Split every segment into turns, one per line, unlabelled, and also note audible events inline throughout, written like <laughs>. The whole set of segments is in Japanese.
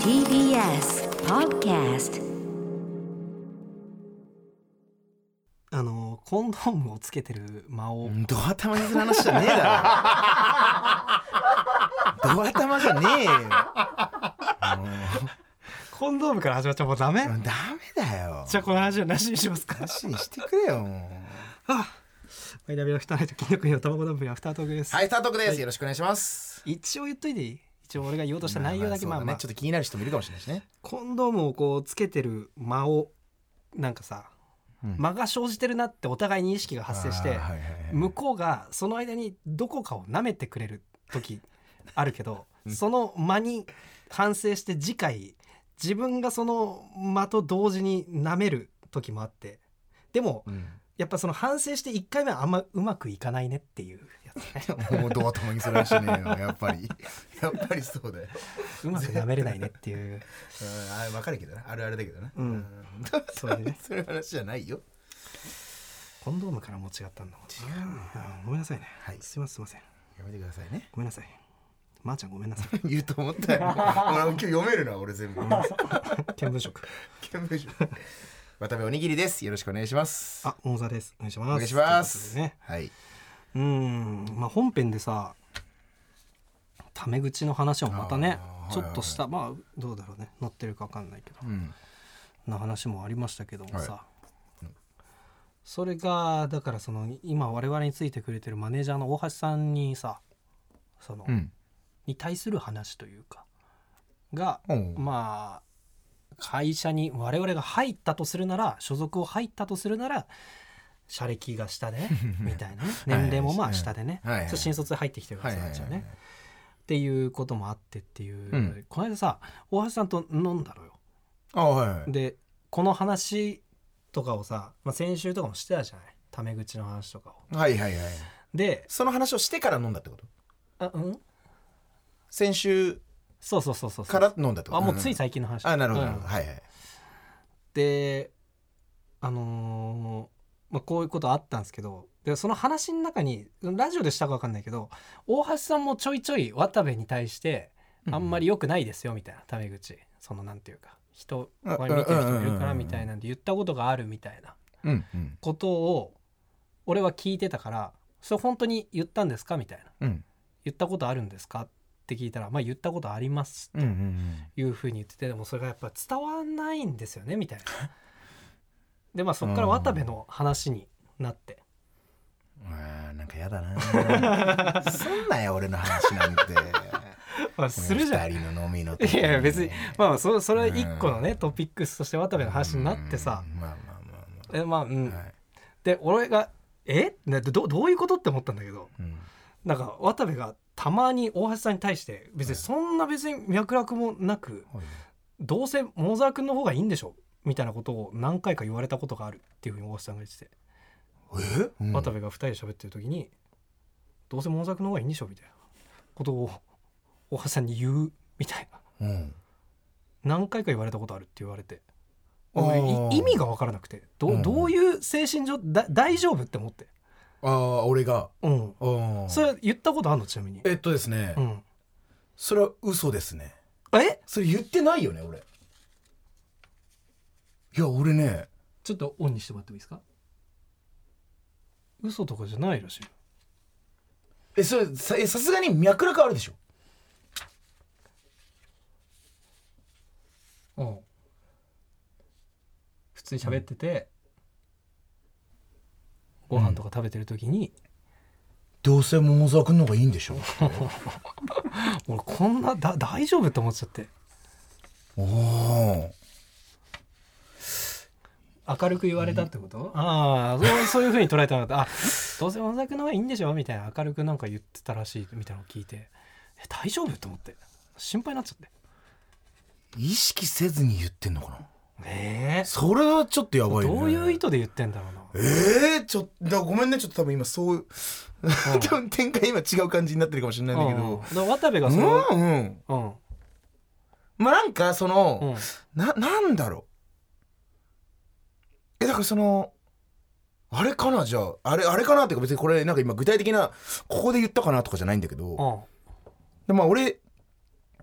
TBS Podcast
あのコンドームをつけてる間を
ドア玉にする話じゃねえだろドア玉じゃねえよ
コンドームから始まっちゃもうダメ
もうダメだよ
じゃあこの話はなしにしますか
なしにしてくれよも
マイナビの二人と金の国の卵ダンプリアフタートークで
う
す、
はいスタートークです、よろしくお願いします
一応言っといていい一応俺が言おうとした内容だけまあまあ
そうねちょっと気になる人もいるかもしれないしね
コンドームをこうつけてる間をなんかさ、
うん
間が生じてるなってお互いに意識が発生して、
あーはいはいはい
向こうがその間にどこかを舐めてくれる時あるけど、その間に反省して次回自分がその間と同時に舐める時もあってでも
うん
やっぱその反省して1回目はあんまうまくいかないねっていうやつね
もうドア玉にする話しねえよやっぱりやっぱりそうだよ
うまく舐めれないねっていう
うんあれわかるけどなあるあるだけどな
うんそれでね
そういう話じゃないよ
コンドームからも違ったんだもん
違う
あーごめんなさいね、
はい
すいませんすいません
やめてくださいね
ごめんなさいまー、ちゃんごめん
<laughs>
なさい
言うと
<laughs>
思ったよ俺今日読めるな俺全部
見聞色
剣舞塾渡部おにぎりですよろしくお願いします
あ大沢ですお願いします
お願いします
ということでね
はい、
うんまあ本編でさタメ口の話をまたね
あー
ちょっとした、まあどうだろうね載ってるか分かんないけど
うん、
な話もありましたけどもさ、
は
それがだからその今我々についてくれてるマネージャーの大橋さんにさその、
うん、
に対する話というかが
おう
まあ会社に我々が入ったとするなら所属を入ったとするなら社歴が下で
<laughs>
ねみたいなね年齢もまあ下でね
はいはいはい
そう新卒で入ってきてるからさじゃあ
はいはい
ねっていうこともあってっていう、
うん
この間さ大橋さんと飲んだのよ。
あはい
でこの話とかをさ、まあ、先週とかもしてたじゃないタメ口の話とかを。
はいはいはい
で
その話をしてから飲んだってこと
あうん
先週
そうそうそうそうそう
から飲んだってこと
あもうつい最近の話、
あなるほど、なるほ
うん
どはいはい
であのーまあ、こういうことあったんですけどでその話の中にラジオでしたか分かんないけど大橋さんもちょいちょい渡部に対してあんまり良くないですよみたいなタメ口そのなんていうか人は見てる人もいるからみたいなんで言ったことがあるみたいな
うんうん
ことを俺は聞いてたからそれ本当に言ったんですかみたいな
うん
言ったことあるんですかって聞いたらまあ言ったことあります
うんうん
いうふうに言っててでもそれがやっぱ伝わんないんですよねみたいな。でまあそこから渡部の話になって
うんあーなんかやだ
<laughs>
なそんなよ俺の話なんて
まあ <laughs> するじゃん。い
二人の飲みの時に
やいや別にまあまあそそれは
うん
一個のねトピックスとして渡部の話になってさ
うんまあまあまあ
えまあう
ま
ん
あ、はい
で俺が「えなどどういうこと?」って思ったんだけど
うん
なんか渡部がたまに大橋さんに対して別にそんな別に脈絡もなく
はい
どうせ桃沢君の方がいいんでしょみたいなことを何回か言われたことがあるっていうふうに大橋さんが言ってて、
え、うん
渡部が2人で喋ってる時にどうせ桃沢君の方がいいんでしょみたいなことを大橋さんに言うみたいな
うん
何回か言われたことあるって言われて
あー
俺い意味が分からなくてど,、
う
うんどういう精神上だ大丈夫って思って、
ああ俺が
うん、
ああ
それ言ったことあるのちなみに、
えっとですね、
うん、
それは嘘ですね
え
それ言ってないよね俺いや俺ね
ちょっとオンにしてもらってもいいですか嘘とかじゃないらしい
えそれさえさすがに脈絡あるでしょ
うん、普通に喋ってて、ご飯とか食べてる時に、
どうせ桃沢君の方がいいんでしょ
俺こんなだ大丈夫って思っちゃって
おお
明るく言われたってこと、ああそうそういうふうに捉えたのかとあどうせ音楽の方がいいんでしょみたいな明るくなんか言ってたらしいみたいなのを聞いてえ大丈夫と思って心配になっちゃって
意識せずに言ってんのかな
ええ
それはちょっとやばいね
どういう意図で言ってんだろうな
えー、ちょっとだごめんねちょっと多分今そういう
うん
多分 <laughs> 展開今違う感じになってるかもしれないんだけど
うん、で渡部が
う
その
んうん
うん
まあなんかその、
うん
ななんだろうえだからそのあれかなじゃああれあれかなっていうか別にこれなんか今具体的なここで言ったかなとかじゃないんだけど、
うん
でまあ俺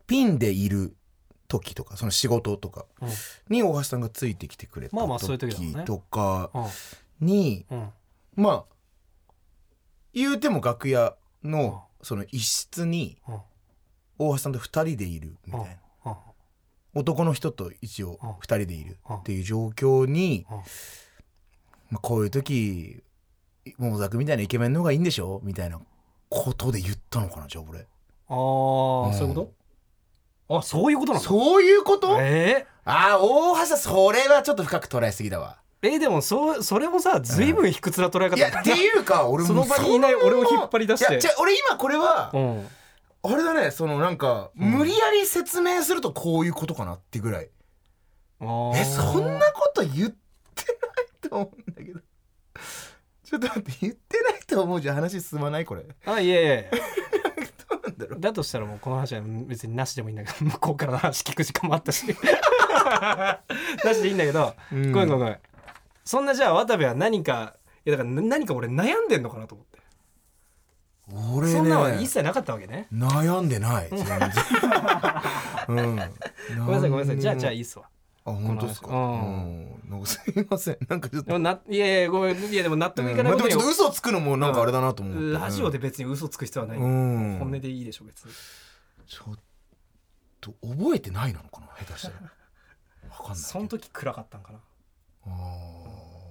ピンでいる時とかその仕事とか
うん
に大橋さんがついてきてくれた
まあまあそういう時だろうね
時とか
うん
に
うん
まあ言うても楽屋
うん
のその一室に
うん
大橋さんと二人でいるみたい
う
な
ん
男の人と一応
うん
二人でいるっていう状況に
うん、
まあ、こういう時桃沢君みたいなイケメンの方がいいんでしょみたいなことで言ったのかなじゃあ俺
ああ、
うん
そういうことあそういうことなの
そういうこと
え
ああ大橋さんそれはちょっと深く捉えすぎだわ
ー、えーでもそうそれもさずいぶん卑屈な捉え方
い
だ
や
な
って
<laughs>
いうか俺も
その場にいない俺を引っ張り出して
いやじゃあ俺今これは
うん
あれだねそのなん
ん
か無理やり説明するとこういうことかなってぐらい
あー
えそんなこと言ってないと思うんだけどちょっと待って言ってないと思うじゃん話進まないこれ
あいやいやいや
<laughs> どうなんだろう
だとしたらもうこの話は別になしでもいいんだけど <laughs> 向こうからの話聞く時間もあった
<laughs>
しなしでいいんだけど、
うん
ごめんごめんごめんそんなじゃあ渡部は何かいやだからな何か俺悩んでんのかなと思って、
俺ね
そんなのは一切なかったわけね
悩んでない全然う
<laughs> ご
ん
めんなさいごめんなさいじゃあじゃあいいっすわ
あ本当ですか
この話
うんなんかすいませんなんかちょっ
で
と
もないやいやごめんいやでも納得いか
うん
ない
まあ
こ
で
とに
もちょっと嘘つくのもなんかあれだなと思って
ラジオで別に嘘つく必要はない、
うん
本音でいいでしょ別に
ちょっと覚えてないなのかな下手したら分かんないけど
その時暗かったんかな
あー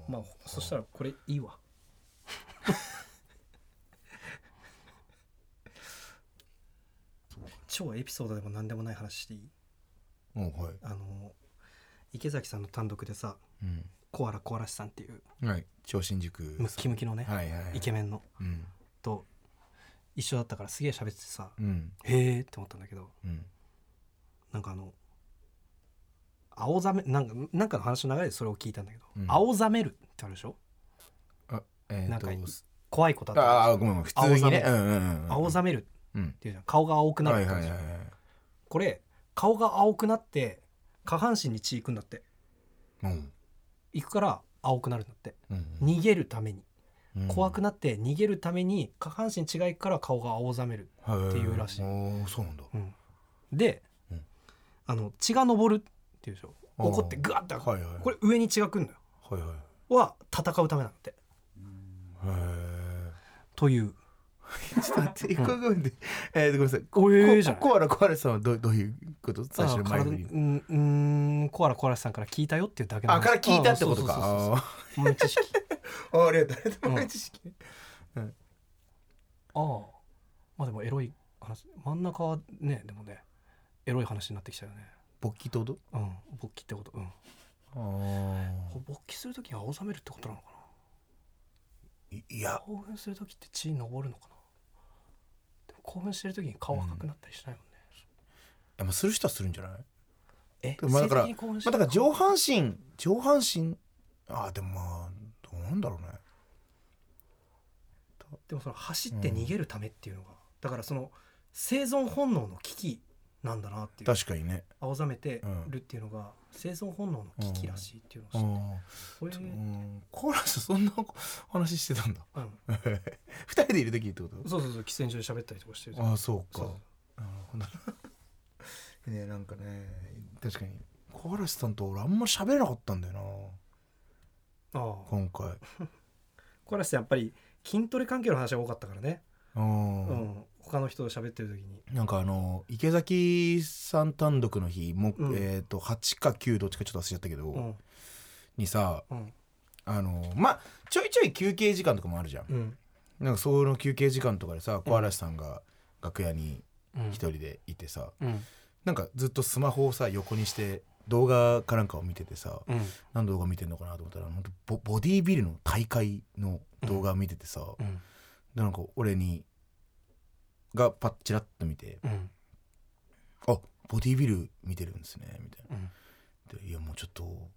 まあそしたらこれいいわ超エピソードでも何でもない話していい
うんはい
あの池崎さんの単独でさ
う
コアラコアラシさんっていうん
はい超新宿
ムッキムキのね、
はいはいはい
イケメンの
うん
と一緒だったからすげえ喋っててさ
うん
へえって思ったんだけど
うん
なんかあの青ざめなんかなんかの話の流れでそれを聞いたんだけど、
うん
青ざめるってあるでしょ
あえ
なん
っと
か怖いことあった
ああごめんごめん普通にねうんうんうん
青ざめるっ
うん
ていうじゃん顔が青くなるっ
は
てこ
い
と
はい
で
は
し
い
ょ
はい
これ顔が青くなって下半身に血いくんだって
うん
行くから青くなるんだって
うん
逃げるために
うん
怖くなって逃げるために下半身血がいくから顔が青ざめる、
って
いうらしい
おそうなんだ
うんで、
うん
あの血が上るっていうでしょ
あー
怒ってグワッて上がる、
はいはい
これ上に血がくんのよ
はいはい
は戦うためなんだって
へー
という
ちょっと待って、一個ごめんねえーごめんなさい。
おえーじゃない
ココアラコアラさんはどうどういうこと最初の前
あ
振
体
り
うんうんコアラコアラさんから聞いたよっていうだけの
あ、から聞いたってことか。
うんそうそうそう
あ
そう豆知識
ーありがとう。 <laughs> 誰知識。
ああまあでもエロい話真ん中はねでもねエロい話になってきちゃうよね
勃起ってこと
うん勃起ってことうん
ああ。
勃起するときに青ざめるってことなのか
いいや
な、興奮するときって血に上るのかなでも興奮してるときに顔赤くなったりしないもんね、
まあする人はするんじゃない
え
でもまあだから
性的に興奮し
まあ、
て
だ
る
から上半身上半身あーでもまあどうなんだろうね
でもその走って逃げるためっていうのが、だからその生存本能の危機なんだなっていう
確かにね
青ざめてるっていうのが生存本能の危機らしいっていうのを知
あ
って、
ー
これ、
うんコアラさんそんな話してたんだ
うん
<laughs> 二人でいる時ってこと
そうそうそう喫煙所で喋ったりとかしてる
ああそう
そ
か
う
なるほど <laughs> ねなんかね確かにコアラスさんと俺あんま喋れなかったんだよな
ああ
今回
小嵐さんやっぱり筋トレ関係の話が多かったからね、
う
うん
ん、
他の人と喋ってる時に
なんかあの池崎さん単独の日も、
うん
えっ、と8か9どっちかちょっと忘れちゃったけど、
うん
にさ
うん
あのまあちょいちょい休憩時間とかもあるじゃん、
うん
なんかその休憩時間とかでさ小嵐さんが楽屋に
うん
一人でいてさ、
うん
なんかずっとスマホをさ横にして動画かなんかを見ててさ、
うん
何の動画見てんのかなと思ったら本当ボボディービルの大会の動画見ててさ、で
うん
なんか俺にがパッチラッと見て
うん
「あボディービル見てるんですね」みたい
うん
なで「いやもうちょっと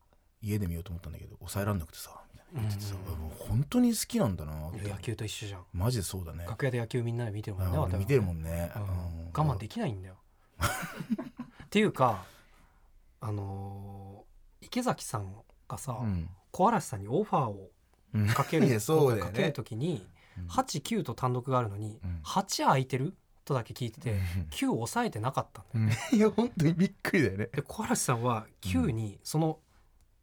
家で見ようと思ったんだけど抑えらんなくてさ」みたいな言っててさ、
うんうんうん
もう本当に好きなんだなって
野球と一緒じゃん
マジでそうだね
楽屋で野球みんなで見てるもんね
あ
渡辺
見てるもんね、
うん
うん
我慢できないんだ
<laughs>
よっていうかあのー池崎さんがさ、
うん
小嵐さんにオファーを
うん <laughs>
かける
いやそうだよね
かける時に
うん
89と単独があるのに、
うん
8空いてるとだけ聞いてて9を抑えてなかったんだよ
<laughs> いや本当にびっくりだよね。
で小嵐さんは9にその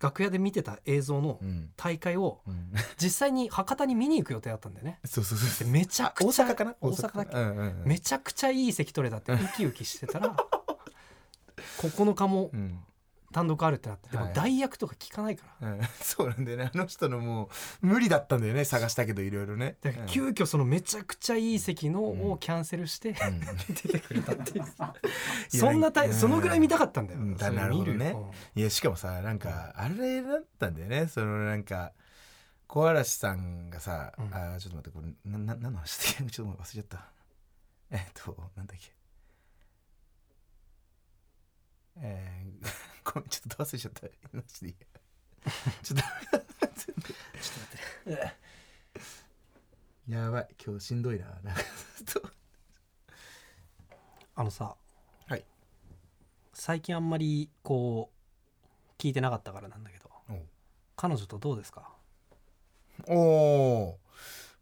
楽屋で見てた映像の
うん
大会を
うん、
実際に博多に見に行く予定だったんだよね
<laughs> そうそうそうそ
で
う。
めちゃくちゃ
あ大阪かな
大阪だっけ
うんうんうん、
めちゃくちゃいい席取れた
<laughs>
ってウキウキしてたら9日も
うん
単独あるってなってで
は
も
い
代役とか聞かないから。
うん、 <laughs> そうなんだよねあの人のもう無理だったんだよね探したけどいろいろね。
だから急遽そのめちゃくちゃいい席の
うん
をキャンセルして
うんうん
出てくれたっ
<laughs>
ていうそんな
う
大
ん
そのぐらい見たかったんだよ
うん
それ見
なるほどね
うん
いやしかもさなんかあれだったんだよねそのなんか小嵐さんがさ、
うん
あーちょっと待ってこれなな何の話だっけちょっと忘れちゃったえっとなんだっけえー、 <laughs> ごめんちょっと忘れちゃったマジでいい <laughs> やちょ
ちょっ
っと
と待って
<laughs> やばい今日しんどいななんかずっと
あのさ、
はい
最近あんまりこう聞いてなかったからなんだけど彼女とどうですか
お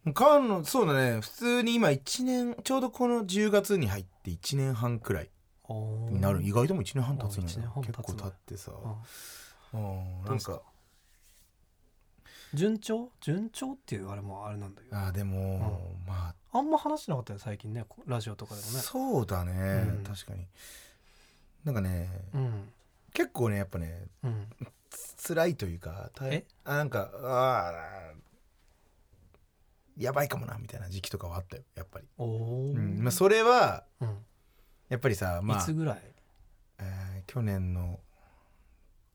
おかんのそうだね普通に今1年ちょうどこの10月に入って1年半くらいになる意外とも1年半経つん
あ
だ
一年
よ
半経つ
結
んだ
構経ってさ
うん
うん
どう
なん
ですか
か
順調順調っていうあれもあれなんだけど
あーでもま
あんま話してなかったよ最近ねこラジオと
あ
かでもね
そうだね
うん
確かになんかね
うん
結構ねやっぱね
うん
つ辛いというか大
え
あなんかあーやばいかもなみたいな時期とかはあったよやっぱり
おお、
うんまあそれは
うん
やっぱりさまあ
いつぐらい
えー去年の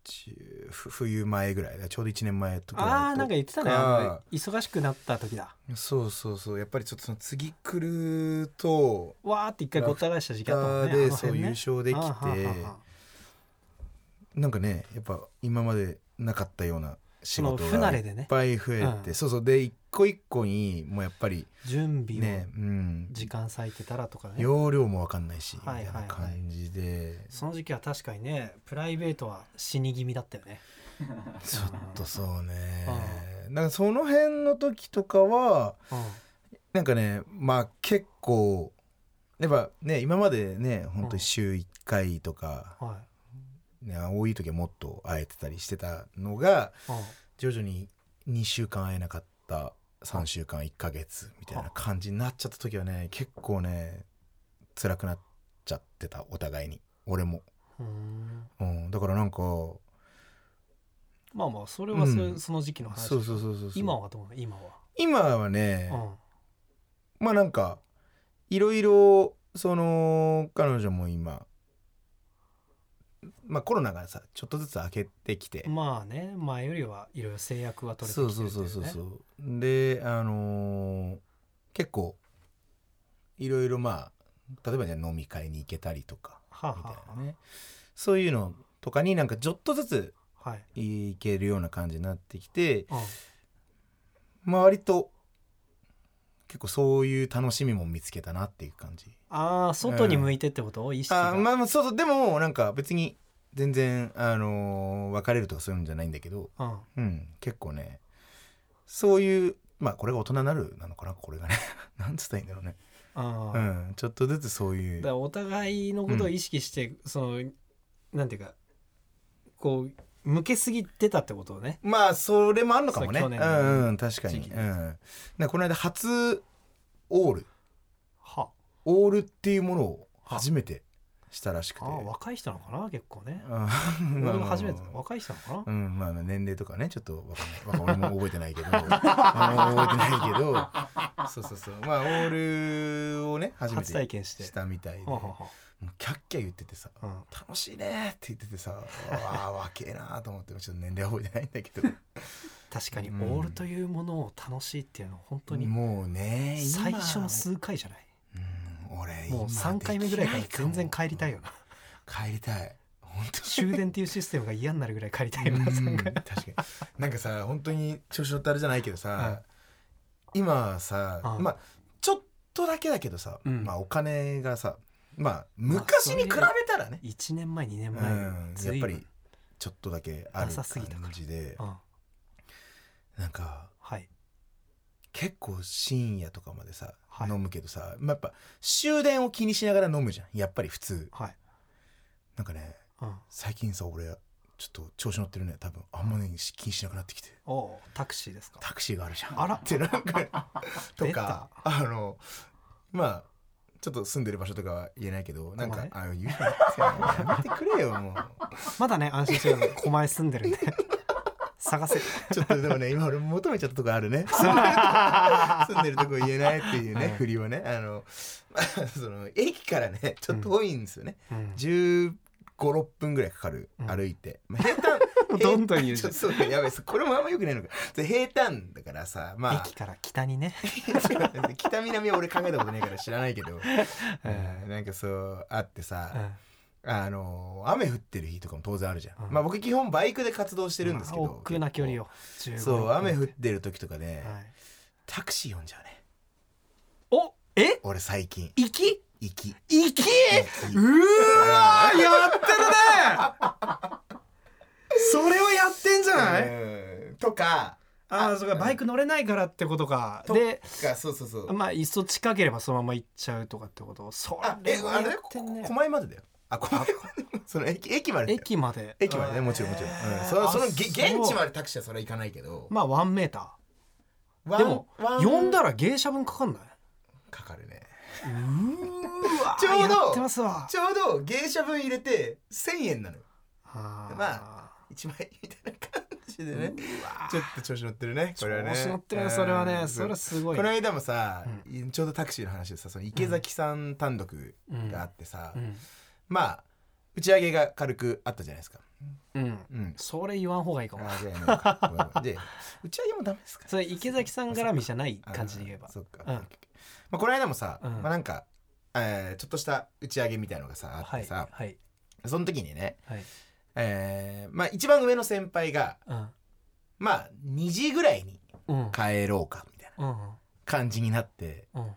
中ふ冬前ぐらいだちょうど1年前と
あーなんか言ってたねあの
か
忙しくなった時だ
そうそうそうやっぱりちょっとその次来ると
わーって一回ごった返した時期あったもんね
で
あの
そう
辺
優
ね
勝でき
あーはーはー
て
はー
なんかねやっぱ今までなかったような仕事
その不慣
がい
れでね
っぱい増えて、
うん
そうそうで一個一個にもうやっぱり
準備を、
ねうん
時間割いてたらとかね
容量も分かんないしみ
は
た
い
い
は
ない
はい
感じで、
その時期は確かにねプライベートは死に気味だったよね
ちょっとそうねなんかその辺の時とかはなんかねまあ結構やっぱね今までね本当に週1回とか、
うんはい
ね、多い時はもっと会えてたりしてたのが
うん
徐々に2週間会えなかった3週間1ヶ月みたいな感じになっちゃった時はね結構ね辛くなっちゃってたお互いに俺も、
うーん
うん、だからなんかそ
まあまあそれはそ,、
うん
その時期の
う
話
そうそうそうそう
今はどうなの今は、
今はね、
うん
まあなんかいろいろその彼女も今まあコロナがさちょっとずつ明けてきて、
まあね前よりはいろいろ制約は取れて
そう
きて
そ
る
うん
だよね
そうそうそうであのー結構いろいろまあ例えばじゃあ飲み会に行けたりとか
はあ
みたい
は
なねそういうのとかになんかちょっとずつ
あはい、
行けるような感じになってき
う
て
ん、
まあ割と結構そういう楽しみも見つけたなっていう感じ
ああ外に向いてってこと、意識が
あーまあまあそうそうでもなんか別に全然あのー別れるとかそういうんじゃないんだけど
うん
うん結構ねそういうまあこれが大人になるなのかなこれがね <laughs> なんつったらいいんだろうね
あ
う
ー
んちょっとずつそう
だ
いう
からお互いのことを意識して、そのなんていうかこう向けすぎてたってことをね
まあそれもあるのかもね
そうう去年の
んうん確かに、
時期
うん、なんかこの間初オール
は
オールっていうものを初めてしたらしく
あ
て
あー若い人なのかな結構ね
うん
<laughs> 俺も初めて
まあまあまあ
若い人なのかな
う、
ん
まあ年齢とかねちょっとわかんないわかんない俺も覚えてないけどあの覚えてないけどそうそうそうまあオールをね初め
初体
て
験して
したみたいで
は
も
あは
うキャッキャ言っててさ
あはあ
楽しいねって言っててさわあ若えなと思ってちょっと年齢覚えてないんだけど
確かにオ
うん
ールというものを楽しいっていうのは本当に
もうね今
最初の数回じゃない
うん俺
もう3回目ぐらいから全然帰りたい
よ
よな
帰りたい本当に
終電っていうシステムが嫌になるぐらい帰りたいよ
う
なん3
<laughs> 確
回
かになんかさ本当に調子乗ったあれじゃないけどさ、今さ、
うん
まあちょっとだけだけどさ、
うん
まあお金がさまあ昔に比べたらね、
1年前2年
う
前
ん、やっぱ
ぶん
りちょっとだけある
なさすぎたから
感じで
うん
なんか
はい
結構深夜とかまでさ、
はい
飲むけどさ、まあ、やっぱ終電を気にしながら飲むじゃんやっぱり普通
はい、
なんかね
うん、
最近さ俺ちょっと調子乗ってるね多分あんまね気にしなくなってきて
おうタクシーですか
タクシーがあるじゃん
あら
ってなんかと
出
か
た
あのまあちょっと住んでる場所とかは言えないけどなん
は
か
い
あ言うなってやめてくれよもう
まだね安心してください狛江住んで
<laughs>
るんで探せ
ちょっとでもね今俺求めちゃったとこあ
<laughs>
るね住んでる住んでるとこ言えないっていうね、
はい
振りをねあのその駅からねちょっと遠いんですよね、
うん
1 5 6分ぐらいかかる、
うん
歩いて、
<laughs>
まあ、平坦
どんどん言うじゃん
そうやべえこれもあんまよくないのかで平坦だからさまあ
駅から北にね、
<laughs> 北南は俺考えたことないから知らないけど、
え
うんなんかそうあって
え
さ、
え
あの雨降ってる日とかも当然あるじゃん、
うん
まあ僕基本バイクで活動して
て
るんですけど、
奥な距離を15
そう雨降っ
って
る時とかね、
はい、
タクシー呼んじゃうね
おえ
俺最近
行き
行き
行き
行き
うーわーやってるね
<laughs>
それはやってんじゃない、
うんとか
ああそうかバイク乗れないからってことか
と
で
かそうそうそう
まあいっそ近ければそのまま行っちゃうとかってことそ
あえ
れは
あれ
やっ
だよこ
てんね
狛江までだよあ狛江までその駅駅までだよ
駅まで
駅までねもちろんもちろん、うんそ
あ
のそのげ
そう
現地までタクシーはそれは行かないけど
まあワンメータ
で
ーでも呼んだら芸者分かかんない
かかるね
うーわー
ちょうど
やってますわ
ちょうど芸者分入れて1000円なのよ
あー
ま1枚みたいな感じでねちょっと調子乗ってるねこれはね
調子乗ってるねそれは
う
ね
ん
それはすごい
この間もさ、ちょうどタクシーの話でさその池崎さん単独があってさ、
うん
まあ打ち上げが軽くあったじゃないですか
うん
うん
それ言わん方がいいかも
あじゃあやめようかごめんごめんで打ち上げもダメですか
それ池崎さん絡みじゃない感じで言えば
そっか、
うん
まあ、この間もさ、
うん
まあ、なんか、えーちょっとした打ち上げみたいのがさあっ
は
て
い
さ、
はい
その時にね、
はい
えーまあ、一番上の先輩が
うん
まあ2時ぐらいに
うん
帰ろうかみたいな
うん
感じになって
うん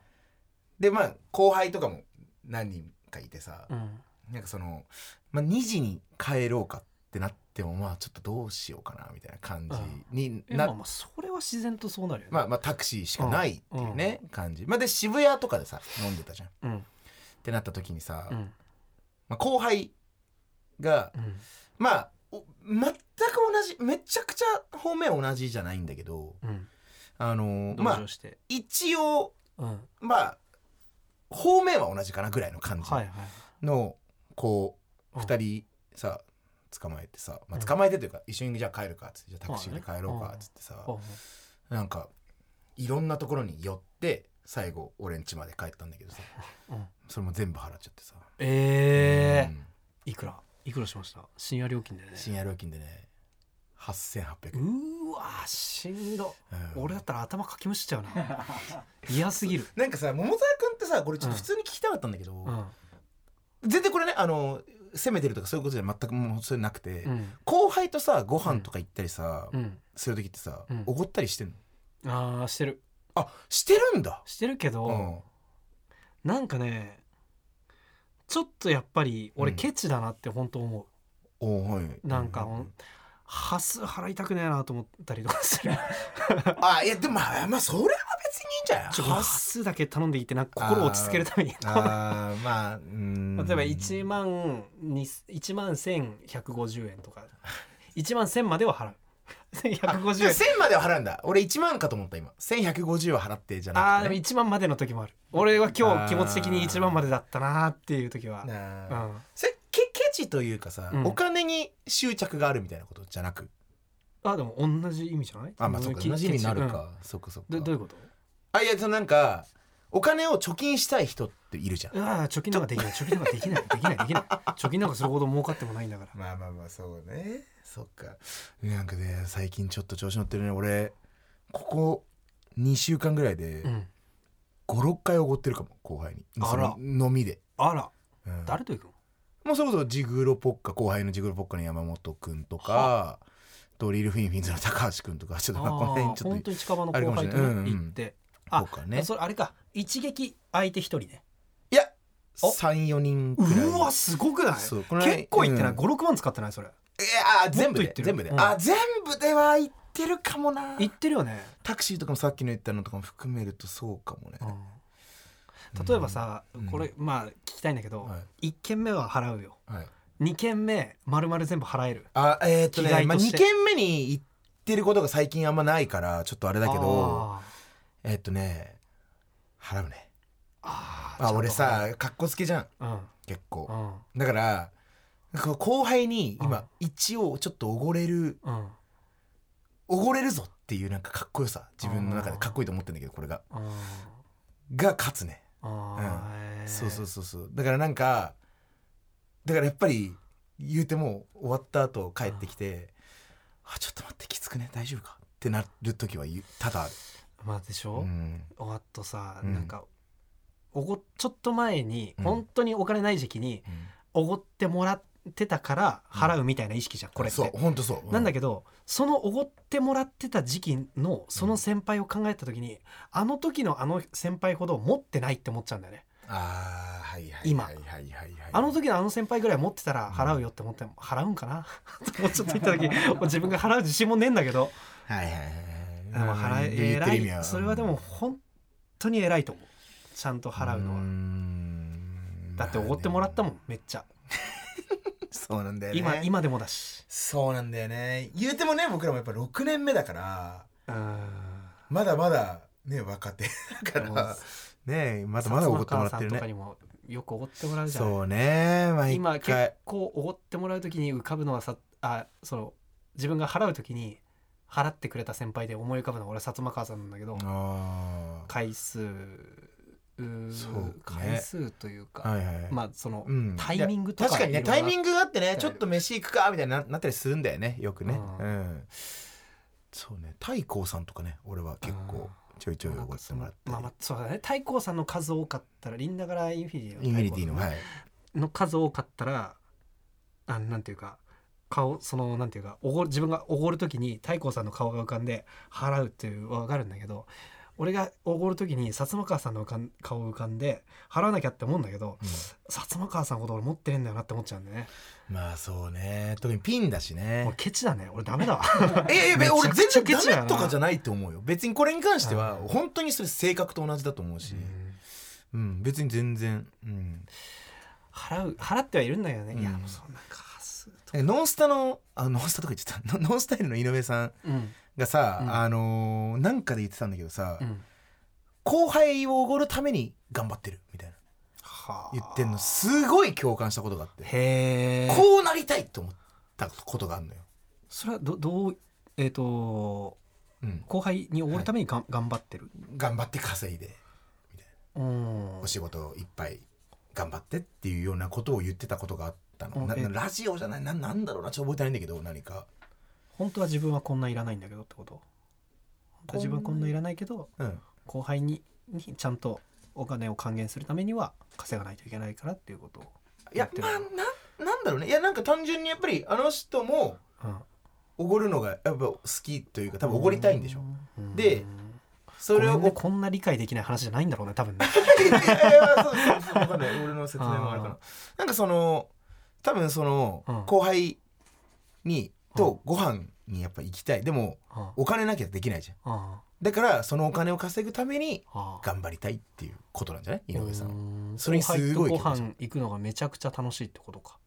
でまあ後輩とかも何人かいてさ、
うん
なんかその、まあ、2時に帰ろうかってなってもまあちょっとどうしようかなみたいな感じに
え
な
まあまあそれは自然とそうなるよね
まあまあタクシーしかないっていうね、感じまあで渋谷とかでさ飲んでたじゃんっ
うん
てなった時にさ、
うん
まあ、後輩が
うん
まあお全く同じめちゃくちゃ方面同じじゃないんだけど
うん
あの
同
まあ
情して
一応
うん
まあ方面は同じかなぐらいの感じ
はいはい
のこう
うん
2人さ捕まえてさ、ま
う
あ、
ん
捕まえてというか一緒にじゃあ帰るかっつってじゃあタクシーで
まあね
帰ろうかっつってさ
うんうん
なんかいろんなところに寄って最後俺ん家まで帰ったんだけどさ
うん
それも全部払っちゃってさ
え
うん
えいくらいくらしました深夜料金でね
深夜料金でね8800
う
円、
ーわーしんど
うん
俺だったら頭かきむしちゃう
<laughs>
な嫌すぎる
なんかさ桃沢君ってさこれちょっと普通に聞きたかったんだけど、
うん
全然これねあの責めてるとかそういうことじゃ全くもうそれなくて、
うん
後輩とさご飯とか行ったりさ、
うん
する時ってさ
うん
おご、ったりしてんの
ああしてる
あしてるんだ
してるけど、
うん
なんかねちょっとやっぱり俺
うん
ケチだなって本当思う、
おーはい
なんか
うう
端数払いたくねえなと思ったりとか
<laughs>
する
あいやでもまあまあそれは別にいいんじゃない
ちょっと端数だけ頼んでいいってなんか心落ち着けるために <laughs>
あーまあうーん
例えば1万に1万1150円と
<laughs>
か1万1000までは払う1150円
1000までは払うんだ俺1万かと思った今1150は払ってじゃ
あ
な
ーで
くて
も
ね、
1万までの時もある俺は今日気持ち的に1万までだったなーっていう時は、う
なあ
ん、
それけケチというかさ、
うん
お金に執着があるみたいなことじゃなく
あでも同じ意味じゃない
あまあそっか
き
同じ意味になる
うん
か、そっかそっか
どどういうこと
あいやそのなんかお金を貯金したい人っているじゃん
うわー貯金なんかできない貯金なんかできないできないできない貯金なんかするほど儲かってもないんだから
まあまあまあそうねそっかなんかね最近ちょっと調子乗ってるね俺ここ2週間ぐらいで
うん
56回おごってるかも後輩に
あら
その飲みで、
あら
うん
誰と行くの
もうそれこそジグロポッカ後輩のジグロポッカの山本君とかドリルフィンフィンズの高橋君とかちょっとまあこの辺
あ
ち
ー
ょっ
本
と
当に近場の
あれか
後
もしれ
輩
な
とね
いうんうん
行ってあ
とかね
それあれか一撃相手一人ね
いや
お
34人くらいう
わすごくない
そう
結
この間
構行ってない
うん
56万使ってないそれ
いやあ全部
もっと言
で
ってる
全部で、
うん
あ全部では行っってるかもな
言ってるよね、
タクシーとかもさっきの言ったのとかも含めるとそうかもね、
うん例えばさ、
うん
これまあ聞きたいんだけど、
は
1軒目は払うよ
いはい、
2軒目まるまる全部払える
あえーっとね
着替えとして
まあ、2軒目に行ってることが最近あんまないからちょっとあれだけ
あ
どえーっとね払うね
あ
あ俺、
ちゃん
さかっこつけじゃん
と払う
結構
うん
だからなんか後輩に
うん
今一応ちょっとおごれる
うんうん
おごれるぞっていうなんかかっこよさ自分の中でかっこいいと思ってんだけどこれが
うん
が勝つね
あーへー
そうそうそうそうだからなんかだからやっぱり言うてもう終わった後帰ってきて「あちょっと待ってきつくね大丈夫か?」ってなる時は言う多々ある、
まあでしょ、
うん
あとさ、
うん
なんかおごちょっと前に、
うん
本当にお金ない時期に
うん
おごってもらってたから払うみたいな意識じゃん、これって
そう本当そう、
なんだ
け
けどそのおごってもらってた時期のその先輩を考えた時に、あの時のあの先輩ほど持ってないって思っちゃうんだよね、
ああはいはい
今
はいはいはいはい
あの時のあの先輩ぐらい持ってたら払うよって思っても、払うんかな <laughs> もうちょっと言った時もう自分が払う自信もねえんだけど
はいはいはい
で
はい
も払え
言って
偉
る意味はい
それはでも本当に偉いと思うちゃんと払うのは、
ーん
だっておごってもらったも
ま
んめっちゃ
あねそうなんだよね
今今でもだし
そうなんだよね言うてもね僕らもやっぱ6年目だから
うーん
まだまだね若手だからねまだまだおごってもらって
薩摩川さ
る
んとか
ね
にもよくおごってもらうじゃん
そうね毎
今
回
結構おごってもらう時に浮かぶのはさあその自分が払う時に払ってくれた先輩で思い浮かぶのは俺は薩摩川さんなんだけど、
あ
回数うー
そうね
回数というか、
あはいはい
まあその、
うん
タイミングとか
いや確かにね
いろいろ
タイミングがあって
いろい
ね
ろ
ちょっと飯行くかみたいにななったりするんだよねよくね
う
うんんそうね太閤さんとかね俺は結構ちょいちょいおごってもらって
まあまあそうだね太閤さんの数多かったらリンダからインフィニ
インフィニティの
太閤さん
はい
の数多かったらあなんていうか顔そのなんていうかおご自分がおごる時に太閤さんの顔が浮かんで払うっていうわかるんだけど俺がおごる時に薩摩川さんの浮かん顔浮かんで払わなきゃって思うんだけど薩摩川さんほど俺持ってねえんだよなって思っちゃうんだよね
うんまあそうね特にピンだしね
俺ケチだね俺ダメだわ
<laughs> ええ
めちゃ
俺
くちゃ
全
ケチや
然
な
ダメとかじゃないと思うよ別にこれに関しては
うん
本当にそれ性格と同じだと思う
う
し
ん
うん別に全然うん
払う払ってはいるんだけどね、
うん
いやもうそんな数と
なんかノンスタのあノンスタとか言ってたノノ <laughs> ンスタイルの井上さん
うん
がさ、
うん
あのーなんかで言ってたんだけどさ、
うん
後輩をおごるために頑張ってるみたいな
はあ
言ってんのすごい共感したことがあって
へえ
こうなりたいと思ったことがあるのよ、
それはどどうえっ、と
うん、
後輩におごるためにがん、頑張ってる
頑張って稼いで
うん
お仕事いっぱい頑張ってっていうようなことを言ってたことがあった
う
の
ん
な
え
なラジオじゃないななんだろうなちょっと覚えてないんだけど何か、
本当は自分はこんないらないんだけどってこと本当は自分はこんないらないけど
うん、
後輩ににちゃんとお金を還元するためには稼がないといけないからっていうことを
い
言
や
ってる
まあななんだろうねいやなんか単純にやっぱりあの人も
うん
おごるのがやっぱ好きというか多分おごりたいんでしょ
うん
でそ
こ
れ
れ
を
を
こう
こんな理解できない話じゃないんだろうね多分ね
い <laughs> やいやそうそうそうわかんない俺の説明もあれか
あー
ななんかその多分その、
うん
後輩にとご飯にやっぱ行きたいでも
うん
お金なきゃできないじゃん
うん
だからそのお金を稼ぐために
あ
頑張りたいっていうことなんじゃない井上さんは
ん
それにすごい
後
共
輩とご飯
感し
行くのがめちゃくちゃ楽しいってことか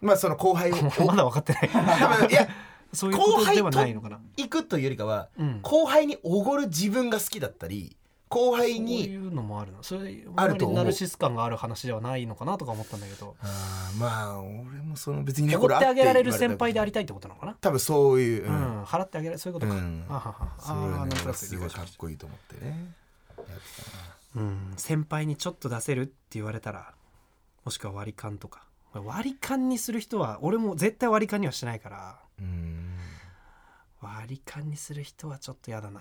まあその後輩 <laughs> を
<laughs> まだ分かってない
多分いや
そういうことではないのかな
行くというよりかは
うん
後輩におごる自分が好きだったり後輩
そうい
に
うのもあるなそれ
あ
あ
ると
んまり
思う
ナルシス感がある話ではないのかなとか思ったんだけど
あーまあ俺もその別にね
奢ってあげられる
こ合
先輩であり
って
たいってことなのかな
言われたこと多分そういう、
う
うん
ん払ってあげられそういうことか
うん
あはは
それ
あ
は
あ
ね
なんと
俺
な
は
く
す
理
ご
解
い
し
か
ま
っ
した
こいいと思ってねやってたな
うん先輩にちょっと出せるって言われたらもしくは割り勘とか割り勘にする人は俺も絶対割り勘にはしないから
うん
割り勘にする人はちょっと嫌だな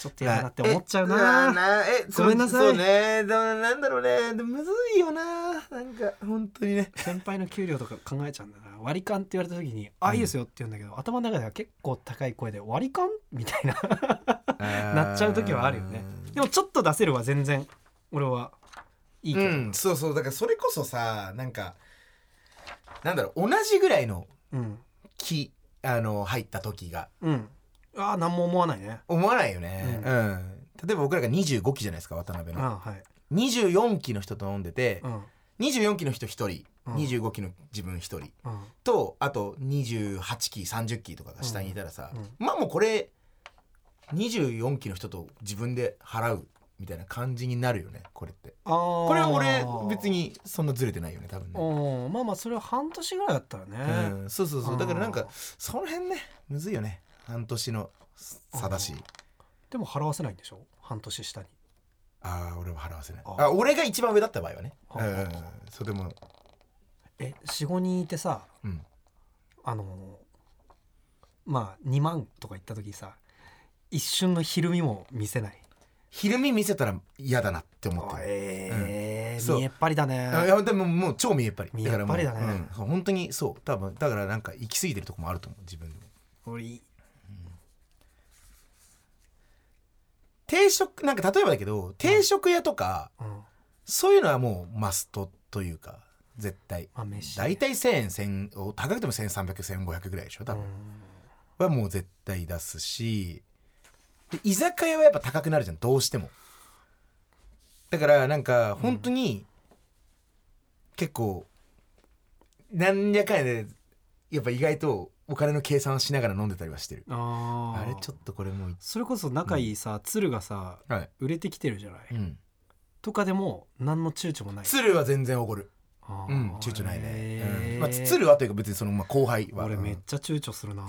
ちょっと嫌だなって思っちゃうな
え
ごめんなさい
そうねでもなんだろうねでもむずいよななんか本当にね
先輩の給料とか考えちゃうんだな割り勘って言われた時に「あいいですよ」って言うんだけど、頭の中では結構高い声で「割り勘?」みたいな <laughs> な
な
っちゃう時はあるよねでもちょっと出せるは全然俺はいいけ
う
ど、
んそうそうだからそれこそさなんかなんだろう同じぐらいの
うん
気あの入った時が
うんああ何も思わないね
思わないよね、
う
うん例えば僕らが25期じゃないですか渡辺の
ああはい
24期の人と飲んでて
うん
24期の人1人
うん
25期の自分1人
うん
とあと28期30期とかが下にいたらさ、
うんうん
まあもうこれ24期の人と自分で払うみたいな感じになるよねこれって
あー
これは俺別にそんなずれてないよね多分ね、
うんまあまあそれは半年ぐらいだったらね、
うん、そうそうそうだからなん
う
か
ん
その辺ねむずいよね半年の差だし
でも払わせないんでしょ半年下に
ああ俺は払わせない
あー
あ俺が一番上だった場合はね
あ
うんうん
ー
うんそうでも
え45人いてさ
うん
あのまあ2万とか行った時さ一瞬のひるみも見せない
昼見見せたら嫌だなって思ってる
え
うん
ー
そう
見えっぱりだね
あいやでももう超見えっぱり
見えっぱりだね
からもううんそう本当にそう多分だからなんか行き過ぎてるとこもあると思う自分でも
俺
定食なんか例えばだけど定食屋とか
うんま
そういうのはもうマストというか絶対
あ飯
大体1000円1000お高くても13001,500ぐらいでしょ多分、はもう絶対出すしで居酒屋はやっぱ高くなるじゃんどうしてもだからなんか本当に結構なんやかんやでやっぱ意外とお金の計算をしながら飲んでたりはしてる
うんあ
あ
ー
れちょっとこれもうい
それこそ仲いいさ、鶴がさ
はい、
売れてきてるじゃない、
うん、
とかでも何の躊躇もない
鶴は全然おごる
あ
う
ー
ん躊躇ないね、
へー
うんまあ、鶴はというか別にその、まあ、後輩は
俺めっ
うん
ちゃ躊躇するな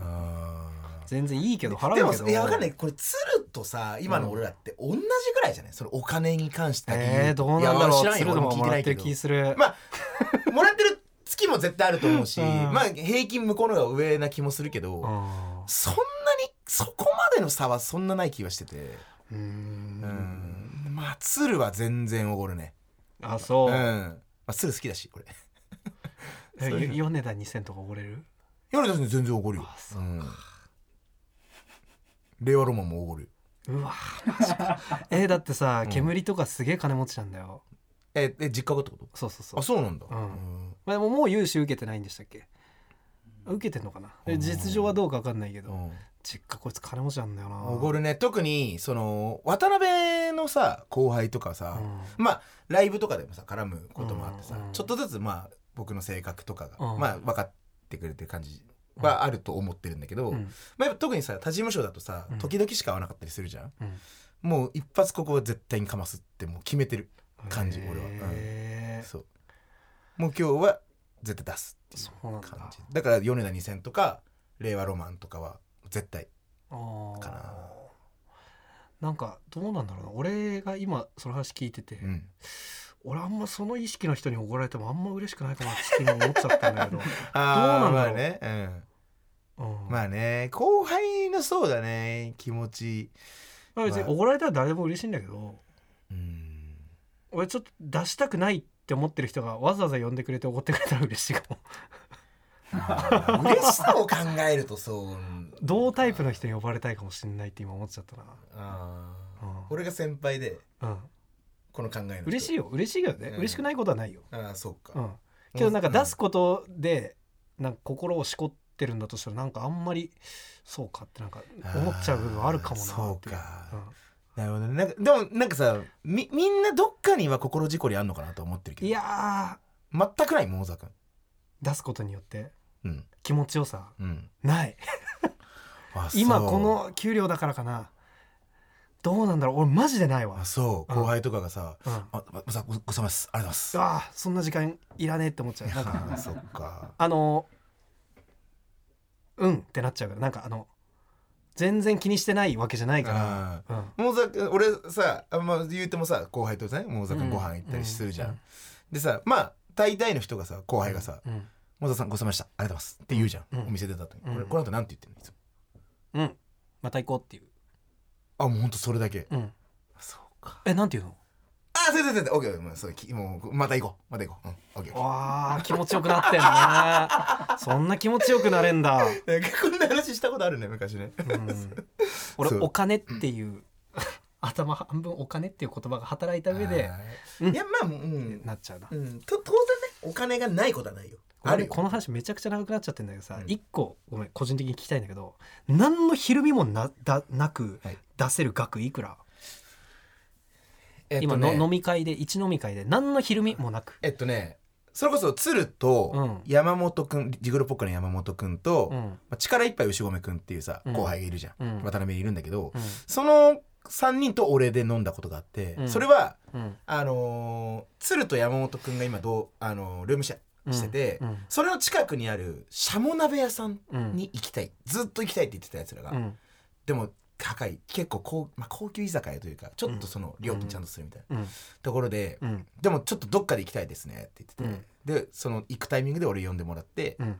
あー
全然いいけど払うけ
で
ど
もいやわかんないこれ鶴とさ今の俺らって同じぐらいじゃないそのお金に関してだけ言
えー、どうなんだろう
いや知らん
鶴
よ
で
俺
も
も聞い
もら
てな
っ
い
てる
けど
気する、
まあもらってる月も絶対あると思うし、
うん
まあ平均向こうの方が上な気もするけど、
あ
そんなにそこまでの差はそんなない気はしてて、
うー
うんん、まあ鶴は全然おごるね
あそうう、
ん、まあ、鶴好きだし俺
え
そういう
よ
の
米田2000とかおごれる
夜だって全然おごるよ
あそう
うん、令和ロマンもおごるよ
うわマジか <laughs> えだってさ
うん
煙とかすげえ金持ちなんだよ、
ええ実家がってこと
そうそうそう
あそうなんだ、
うんまあ、でももう融資受けてないんでしたっけ受けてんのかなで
うん
実情はどうか分かんないけ
う
ど、
ん
実家こいつ金持ちなんだよな
おごるね特にその渡辺のさ後輩とかさ、まあライブとかでもさ絡むこともあってさ、
うんうん
ちょっとずつまあ僕の性格とかが、
うん
まあ分かってくれてる感じはあると思ってるんだけど、
うんうん
まあ、やっぱ特にさ他事務所だとさ
うん
時々しか会わなかったりするじゃん、
うん
もう一発ここは絶対にかますってもう決めてる感じ
へー
俺はうんそうもう今日は絶対出すってい
そうなん
う
だ
感じだから米田2000とか令和ロマンとかは絶対
あー
かな
なんかどうなんだろうな俺が今その話聞いてて、
うん
俺あんまその意識の人に怒られてもあんま嬉しくないかなって今思っちゃったんだけ
<laughs>
ど、
あー
どうなんだろう
まあね、うん
うん
まあね後輩のそうだね気持ち
まあ別に怒られたら誰でも嬉しいんだけど
うん
俺ちょっと出したくないって思ってる人がわざわざ呼んでくれて怒ってくれたら嬉しいかも
嬉しさを考えると <laughs> そう
同タイプの人に呼ばれたいかもしれないって今思っちゃったな
あー
うん
俺が先輩で
うん
この考えの人
嬉しいよ嬉しいけどね、
うん
嬉しくないことはないよ、
ああそうか、
うん、けどなんか出すことでなんか心をしこってるんだとしたらなんかあんまりそうかってなんか思っちゃう部分あるかもなってい
あーそう
ん
かなるほどねなんかでもなんかさみみんなどっかには心事故りあんのかなと思ってるけど
いや
全くない桃沢君
ー出すことによって
うん
気持ちよさ
うん
ない
あ
今
そう
この給料だからかなどうなんだろう俺マジでないわ
あ、そう
うん
後輩とかがさ
うん、
「あままさごごさまですありがとうござい <laughs> ま
あそんな時間いらねえって思っちゃうなん
す」
か
あーそっか
あのうんってなっちゃうからなんかあの全然気にしてないわけじゃないか
うん
ら、うん、
桃沢君俺さあんま言うてもさ後輩とね桃沢君ご飯行ったりするじゃん、
うう
でさまあ大体の人がさ後輩がさ
うんうん
「桃沢さんごちそうさまでしたありがとうございます」って言うじゃん、
うん
お店出た後に、
うん
これこの後なんて言ってんのいつも
うん、また行こうっていう、
あもうほんとそれだけ、
うん、
そうか
えなんていうの
あそうそうそうそうオッケーもうそうきもうまた行こうまた行こう、うん、オッケーオッケー
わあ気持ちよくなってんねそんな気持ちよくなれんだ、
なんかこんな話したことあるね昔ね
うん、俺
そう
お金っていう頭半分お金っていう言葉が働いた上で
あー
うん
いやまあうん、
なっちゃうな
うん、と当然ねお金がないことはないよある
俺
よ
この話めちゃくちゃ長くなっちゃってんだけどさ、
うん
一個ごめん個人的に聞きたいんだけど何のひるみもなだなく
はい
出せる額いくら、
えっ
今
と
の
ね
飲み会で一飲み会で何のひるみもなく、
えっとねそれこそ鶴
う
と
ん
山本くん、ジグロポッカの山本くんと、
う
ま
ん
あ、力いっぱい牛込くんっていうさ
うん
後輩がいるじゃん、
うん
渡辺いるんだけど、
うん
その3人と俺で飲んだことがあって、
うん
それは
うん
あのー鶴と山本くんが今どう、あのールームシェアしてて、
うん
それの近くにあるしゃも鍋屋さん
うん
に行きたいずっと行きたいって言ってたやつらが、
うん
でも高い結構高,、まあ、高級居酒屋というかちょっとその料金ちゃんとするみたい
う
な
ん
ところで、
うん
でもちょっとどっかで行きたいですねって言ってて、でその行くタイミングで俺呼んでもらって
うん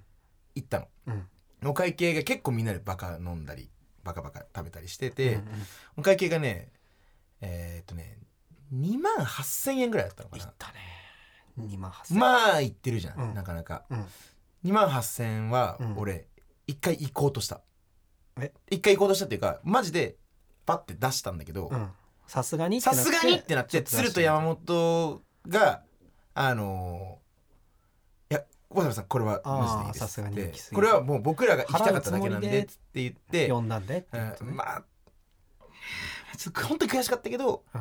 行ったの。
うん
お会計が結構みんなでバカ飲んだりバカバカ食べたりしてて、
うんうん
お会計がねえーっとね2万8,000円ぐらいだったのか
いっ
な
たね2万8000
まあ行ってるじゃん、
うん
なかなか
うん
2万8,000円は
うん
俺一回行こうとした、
え
一回行こうとしたっていうかマジでパッて出したんだけど
うんさすがにって
さ
なって
すがにってなって
ちょっ出
鶴
して
と山本があのーいや小原さんこれはマジでいいです」
あーさすがに行き過ぎ
ってこれはもう僕らが行きたかっただけなんで」
払う
って言って
呼んだんでって
う
言って
ん
ね
まあちょっと本当に悔しかったけど、
うん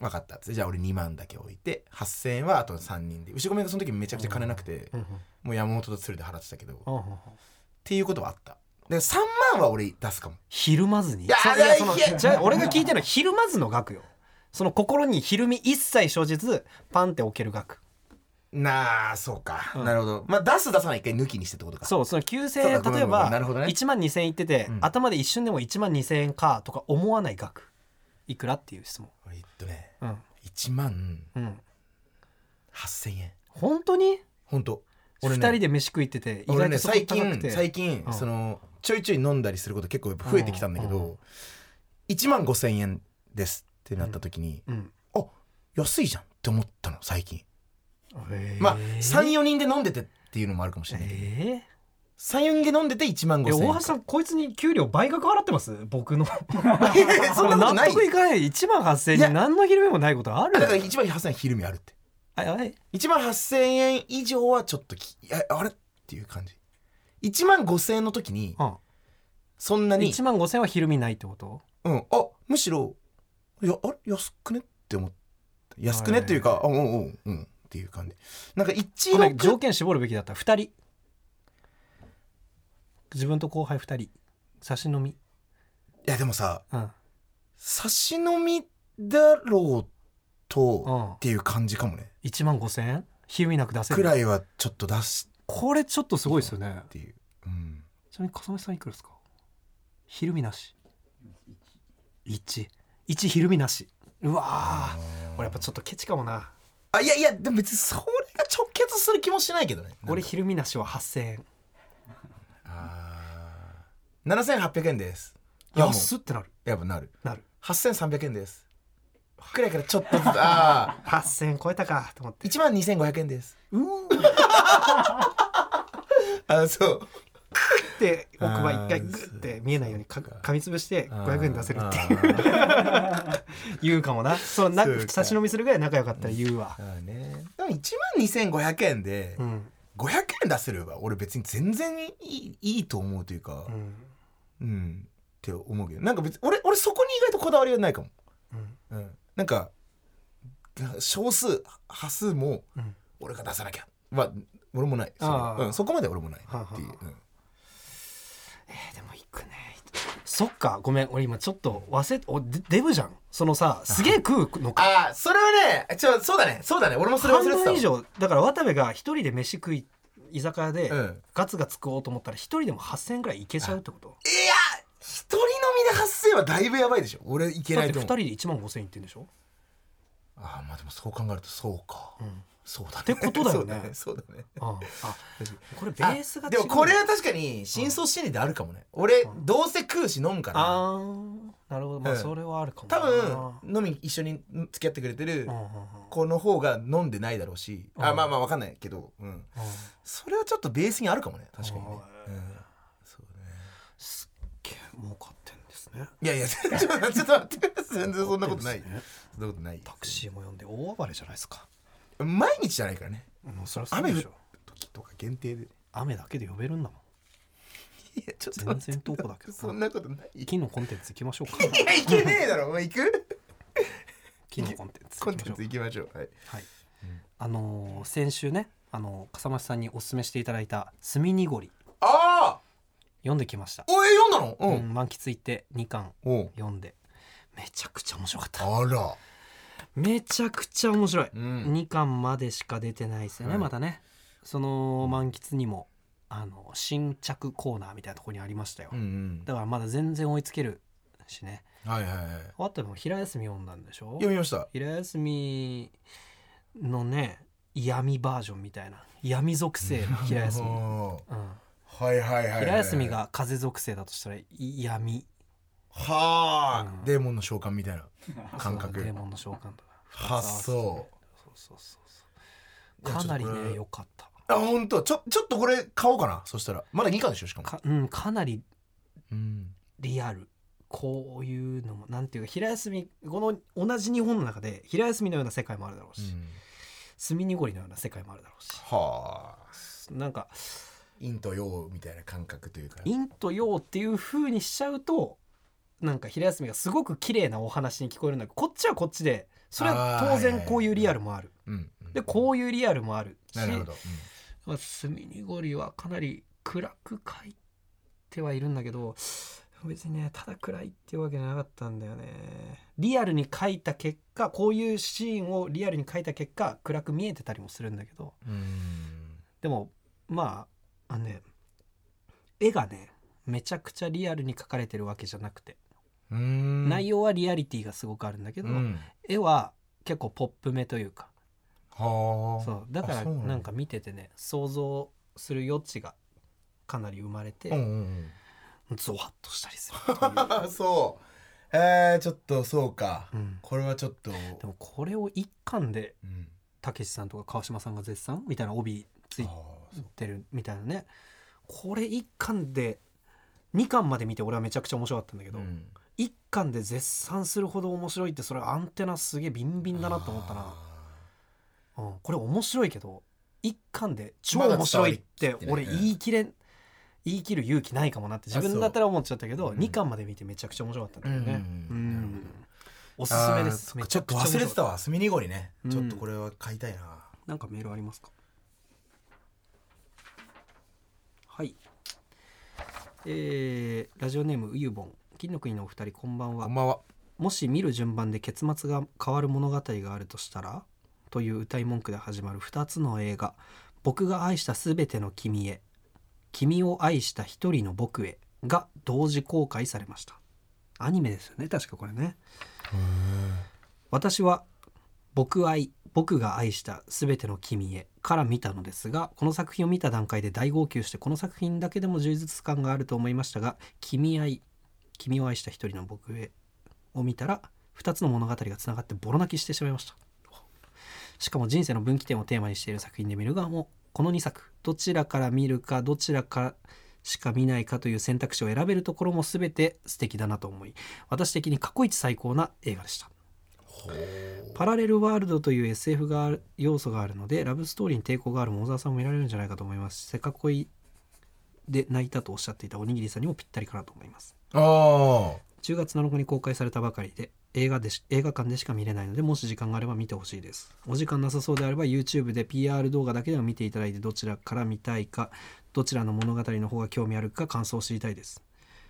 分かったっつってじゃあ俺2万だけ置いて8,000円はあと3人で牛込がその時めちゃくちゃ金なくて、
うんうん
もう山本と鶴で払ってたけど、っ
うんうんうん
ていうことはあったで3万は俺出すかも
ひるまずに
いや
そ
い
い
や
やその
いや
じゃあ俺が聞いてるのはひるまずの額よその心にひるみ一切生じずパンって置ける額
なあそうか、
うん
なるほどまあ出す出さない一回抜きにしてってことか
そうその9000
そうかご
円例え
めんごめんな
ば
るほどね
1万2000円いってて、
うん
頭で一瞬でも1万2000円かとか思わない額いくらっていう質問
俺えっとね
うん
1万
うん
8,000円
本当に
本当
2
ね
人で飯食いってて意
俺
外
ね
とそこ
最
高く
近
て
最近、
うん
そのちょいちょい飲んだりすること結構やっぱ増えてきたんだけど、
うんう
1万5,000円ですってなった時に、
うん
あ安いじゃんって思ったの最近
えー
まあ34人で飲んでてっていうのもあるかもしれないけど
えー
34人で飲んでて1万
いや
5,000円
大橋
<laughs>
さんこいつに給料倍額払ってます僕の
そんなことない
納得いかない1万8000
いや
円に何のひるみもないことある
あだから1万8,000円昼見あるって
ああれ
1万8,000円以上はちょっときいやあれっていう感じ1万5,000円の時に
うん
そんなに
1万5000はひるみないってこと
うん、あむしろいやあれ安くねって思った安くねっていうか、あうんうんうんっていう感じなんか一
ごめん
応
条件絞るべきだった2人自分と後輩2人差し飲み
いやでもさ
うん
差し飲みだろう
う
と
ん
っていう感じかもね
1万5000円ひるみなく出せ
く
る
らいはちょっと出す
これちょっとすごいですよね
っていう、うん、
ちなみに笠目さんいくらですかひるみなし11ひるみなしうわー俺やっぱちょっとケチかもな
あいやいやでも別にそれが直結する気もしないけどね
俺
なんか
ひるみなしは8000円
あー7800円ですいやもう
安っってなる
やっぱなる
なる
8300円ですくらいからちょっとずつああ
8000円超えたかと思って
1万2500円です
うーんっ
<laughs> あそう
て奥歯一回グッて見えないようにか噛みつぶして500円出せるって
ていう
言うかもなそのな
そうか
差し飲みするぐらい仲良かったら言うわ
ねでも1万2500円で
うん
500円出せれば俺別に全然いいいいと思うというか
うん
うん、って思うけどなんか別に俺俺そこに意外とこだわりはないかも、
うん
うん、なんか少数波数も
うん
俺が出さなきゃまあ俺もないそ,、
あー
うん、そこまで俺もないっていう、
は
うん
えーでも行くねそっかごめん俺今ちょっと忘れおでデブじゃんそのさすげえ食うのか
ああそれはねちょそうだねそうだね俺もそれ
半
忘れてた
分
わ
以上だから渡部が一人で飯食い居酒屋で
うん
ガツガツ食おうと思ったら一人でも8000円ぐらいいけちゃうってこと
いや一人飲みで発生はだいぶやばいでしょ俺いけ
だ
な
っ
い
て2
と思う
人で1万5000円いってんでしょ
ああまあでもそう考えるとそうか、
ん
そうだね
ってことだよね
<laughs> そうだね
ああこれベ
あ
ースが違う
でもこれは確かに深層心理であるかもね俺どうせ食うし飲むから
あーなるほどま
う
あ
ん
それはあるかもな
多分飲み一緒に付き合ってくれてる
うんうんうん
子の方が飲んでないだろうしあ
うん
まあまあわかんないけどうん
うん
それはちょっとベースにあるかもね確かにね
うん
うんそうね
すっげえ儲かってんですね
いやい <laughs> やちょっとちょっと待って全然そんなこ
儲かってん
とない
ですね
そんなことない
タクシーも呼んで大暴れじゃないですか
毎日じゃないからね
もうそりゃそう
雨降
で
る
しょ
時とか限定で
雨だけで呼べるんだもん
いやちょっと
全
待っ
然
て
遠くだけど
<laughs> そ
さ
んなことないい
金のコンテンツ行きましょう
<laughs>
か
やいけねえだろお前行く
金のコンテンツ
コ
行
ン
きましょ
テン
う
ツ行きましょうはい
はいあのー先週ねあのー笠間さんにおすすめしていただいた「墨濁り
ああ」
読んできました、
おえ読んだの
う、
うん
満喫行って2巻
おう
読んでめちゃくちゃ面白かった
あら
めちゃくちゃ面白い、
うん
二2巻までしか出てないですよね、
はい
またねその満喫にもあの新着コーナーみたいなところにありましたよ、
うんうん
だからまだ全然追いつけるしね
はいはいはい
あとでも平休み読んだんでしょ
読みました
平休みのね闇バージョンみたいな闇属
<laughs>
性の平休み、うん、
おーはいはいはいはい
平休みが風属性だとしたらい闇
はあ、
うん
デーモンの召喚みたいな感覚
そうデーモンの召喚とか
発想
そうそうそうそう
いや
かなり
ちょっとこ
ね
れ
良かった
あ本当ちょちょっとこれ買おうかなそしたらまだ2巻でしょしかも
か,、うん、かなり
うん
リアルこういうのもなんていうか平休みこの同じ日本の中で平休みのような世界もあるだろう
う
し、
ん
墨濁りのような世界もあるだろう
はあ
しなんか
陰と陽みたいな感覚というか
陰と陽っていう風にしちゃうとなんか平休みがすごく綺麗なお話に聞こえるんだけどこっちはこっちでそれは当
あーはいはい
然
はい
こういうリアルもある
うんうん
でこういうリアルもあるし
なるほど、
まあ墨濁りはかなり暗く書いてはいるんだけど別にねただ暗いっていうわけじゃなかったんだよねリアルに書いた結果こういうシーンをリアルに書いた結果暗く見えてたりもするんだけど
うんうん
でもまああのね絵がねめちゃくちゃリアルに描かれてるわけじゃなくて、
うん
内容はリアリティがすごくあるんだけど、
うん
絵は結構ポップめというか
はあ
そうだか
あ
ら
そうなんだ
なんか見ててね想像する余地がかなり生まれて、
うんうん
ゾワッとしたりするっていう
うんそうえー、ちょっとそうか、
うん
これはちょっと、
でもこれを一巻で
うん、
たけしさんとか川島さんが絶賛みたいな帯つい
あーそう
てるみたいなねこれ一巻で2巻まで見て俺はめちゃくちゃ面白かったんだけど、
うん
一巻で絶賛するほど面白いってそれアンテナすげえビンビンだなと思ったな、
あ
うん、これ面白いけど一巻で超
まだ
面白いって
伝わりきってない
俺言い切れん言い切る勇気ないかもなって自分だったら思っちゃったけ
あそ
ど
う
二巻まで見てめちゃくちゃ面白かったんだよね
う
うんん
なるほど
おす
ー
すめです
あー
め
ちょっと忘れてたわスミニゴリね、
うん
ちょっとこれは買いたいな
なんかメールありますかはいえーラジオネームうゆぼん金の国のお二人こんばんは
こんばんは
もし見る順番で結末が変わる物語があるとしたらという歌い文句で始まる2つの映画「僕が愛したすべての君へ」「君を愛した一人の僕へ」が同時公開されましたアニメですよね確かこれね私は僕愛僕が愛したすべての君へから見たのですがこの作品を見た段階で大号泣してこの作品だけでも充実感があると思いましたが君愛君を愛した一人の僕へを見たら2つの物語がつながってボロ泣きしてしまいましたしかも人生の分岐点をテーマにしている作品で見る側もこの2作どちらから見るかどちらからしか見ないかという選択肢を選べるところも全て素敵だなと思い私的に過去一最高な映画でしたパラレルワールドという SF がある要素があるのでラブストーリーに抵抗がある桃沢さんも見られるんじゃないかと思いますしせっかく恋で泣いたとおっしゃっていたおにぎりさんにもぴったりかなと思います
あ
10月7日に公開されたばかりで映画でし映画館でしか見れないのでもし時間があれば見てほしいですお時間なさそうであれば YouTube で PR 動画だけでも見ていただいてどちらから見たいかどちらの物語の方が興味あるか感想を知りたいです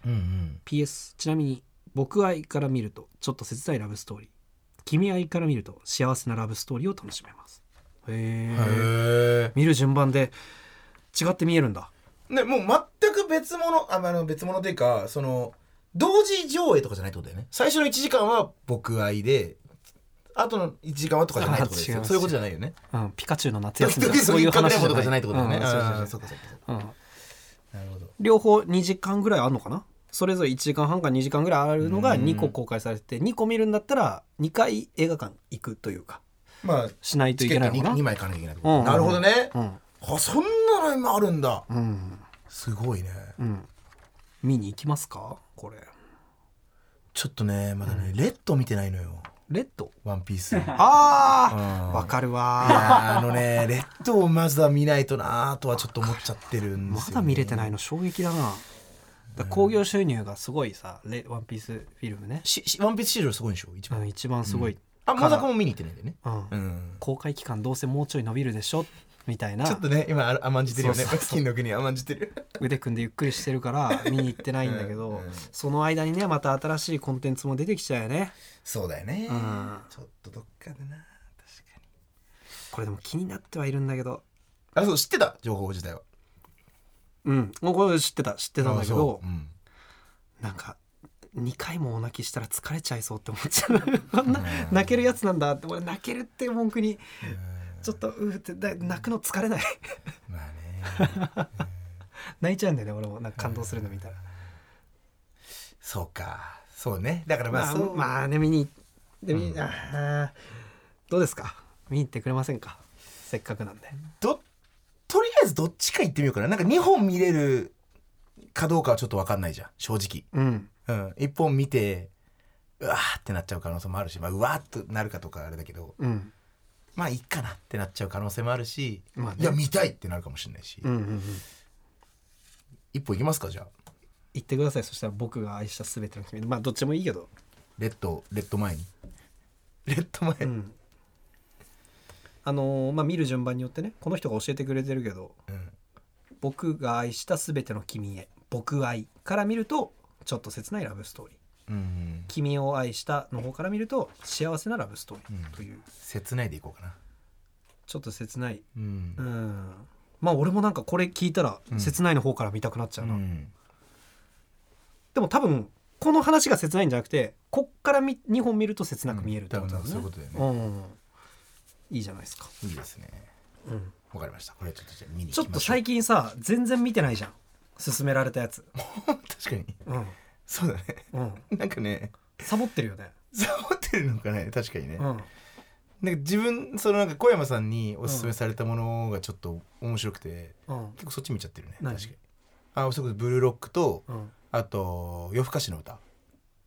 ーうんうん
PS ちなみに僕愛から見るとちょっと切ないラブストーリー君愛から見ると幸せなラブストーリーを楽しめますへえ
へ
見る順番で違って見えるんだ
え、ね、もう全く別物あまああの別物というかその同時上映とかじゃないってことだよね最初の1時間は僕愛であとの1時間はとかじゃないってことです
あ違い
よ
ます
そういうことじゃないよね
うん、ピカチュウの夏休み
一人
だ
で
そういう話
とかじゃないってことだよね、
うん
あ
そうそう
ー
そう
そうかそうかそうか
うん
なるほど
両方2時間ぐらいあるのかなそれぞれ1時間半か2時間ぐらいあるのが
うん
2個公開されて2個見るんだったら2回映画館行くというか
まあ
しないと
チ
い
ケ
けな
ッ
い
ト
のか
2,
な
枚買わなきゃいけないってこ
うん
と、
うん
なるほどね、
うん
あそんなの今あるんだ
うん
すごいね
うん見に行きますかこれ
ちょっとねまだね、レッド見てないのよ
レッド
ワンピ
<laughs>
ース。うん
ああわ
あ
かるわ
ーあのね、レッドをまずは見ないとなーとはちょっと思っちゃってるんで
ます
よ、ね。
だ見れてないの衝撃だなだから興行収入がすごいさ「レワンピースフィルムね
ししワンピースシールドすごいんでしょ一
う
番。
ん一番すごい、
あ、まだこも見に行ってないんだよね。
うん
うん。
公開期間どうせもうちょい伸びるでしょみたいな
ちょっとね、今あ甘んじてるよね。
そうそうそう
金の国甘んじてる。
腕組んでゆっくりしてるから見に行ってないんだけど、
うんうん
その間にねまた新しいコンテンツも出てきちゃうよね
そうだよね
うん
ちょっとどっかでな。確かに。
これでも気になってはいるんだけど
あ、そう、知ってた情報自体は。
うんもうこれ知ってた知ってたんだけ
あそ
ど
ううん
なんか2回もお泣きしたら疲れちゃいそうって思っちゃう <laughs> こんな
うん
泣けるやつなんだって俺泣けるって文句に
うん
ちょっとうーってだ泣くの疲れない <laughs>
まあね。
泣いちゃうんだよね俺もなんか感動するの見たら
そうか。そうね。だからま
ま
あ、
あ、
そう。
まあね見にで見に、あーどうですか見に行ってくれませんかせっかくなんで
どとりあえずどっちか行ってみようかななんか2本見れるかどうかはちょっと分かんないじゃん正
うん
直、うん、1本見てうわーってなっちゃう可能性もあるし、まあ、うわーっとなるかとかあれだけど
うん
まあいいかなってなっちゃう可能性もあるし、
まあね
いや見たいってなるかもしれないし、
うんうんうん
一1本行きますかじゃあ
言ってくださいそしたら僕が愛した全ての君まあどっちもいいけど
レッドレッド前に <laughs> レッド前、
う
うん
んあのーまあ見る順番によってねこの人が教えてくれてるけど「僕が愛した全ての君へ」「僕愛」から見るとちょっと切ないラブストーリー
うん
「君を愛した」の方から見ると幸せなラブストーリ
うん
ーという、
切ないでいこうかな
ちょっと切ない
うん
う、んまあ俺もなんかこれ聞いたら
うん
切ないの方から見たくなっちゃうな、
うん
でも多分この話が切ないんじゃなくてこっから2本見ると切なく見えるってことだ
うん多分そういう
ね
ことだよね、
うんいいじゃないですか、
いいですねわかりましたこれちょっとじゃあ見に行き
ちょっ
ま
と
しょう
最近さ全然見てないじゃん勧められたやつ
<laughs> 確かに
うん
そうだね <laughs>
うん
なんかね <laughs>
サボってるよね
サボってるのかね確かにね、
うん
なんか自分そのなんか小山さんにおすすめされたものがちょっと面白くて、
うん
結構そっち見ちゃってるね確
何
かにあそれこそブルーロックと
うん
あと「夜更かしの歌」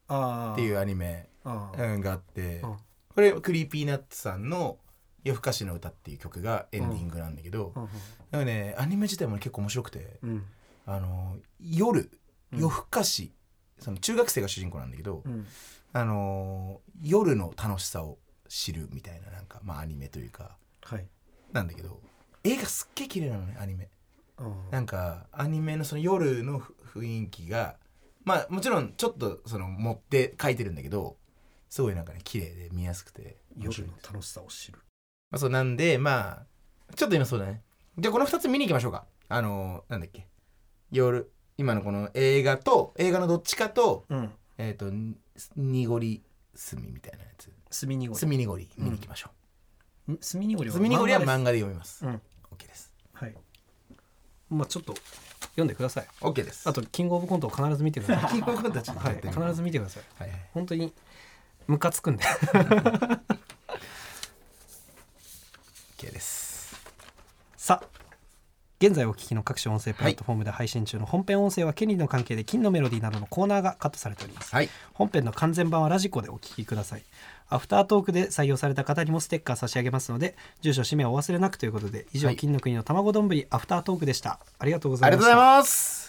ああ
っていううアニメ
ああ
うんがあって、
うん
これクリーピーナッツさんの「夜更かしの歌」っていう曲がエンディングなんだけど、
うん
なんかねアニメ自体も結構面白くて
うん
あの夜
うん
夜更かし、その中学生が主人公なんだけど、
うん
あのー夜の楽しさを知るみたいななんか、まあ、アニメというか
はい
なんだけど映画すっげえ綺麗なのねアニメ
うん
なんかアニメのその夜のふ雰囲気がまあもちろんちょっとその持って描いてるんだけどすごいなんかね綺麗で見やすくて面白
夜
いん
の
ですよ
楽しさを知る
まあ、そうなんでまあちょっと今そうだねじゃあこの2つ見に行きましょうかあのーなんだっけ夜今のこの映画と映画のどっちかと
うん
えっ、とに濁り墨みたいなやつ
墨濁り
墨濁り見に行きましょ
ん墨濁
う。
りは
墨濁りは
漫画
漫画で読みます。
ですうん
OK です。
はいまあちょっと読んでください
OK です。
あ
<laughs>
とキングオブコントを必ず見てくだ <laughs> さい
キングオブコントはちょっと
は
や
い
ってみよう
必ず見てください
はいはい。
本当にムカつくんで
OK です。
<laughs> さあ現在お聞きの各種音声プラットフォームで配信中の本編音声は権利の関係で金のメロディーなどのコーナーがカットされております、
はい。
本編の完全版はラジコでお聞きくださいアフタートークで採用された方にもステッカー差し上げますので住所氏名をお忘れなくということで以上、
はい
金の国の卵丼ぶりアフタートークでしたありがとうござ
あ
い
りがとう
ま
ご
し
ざい
た
ます。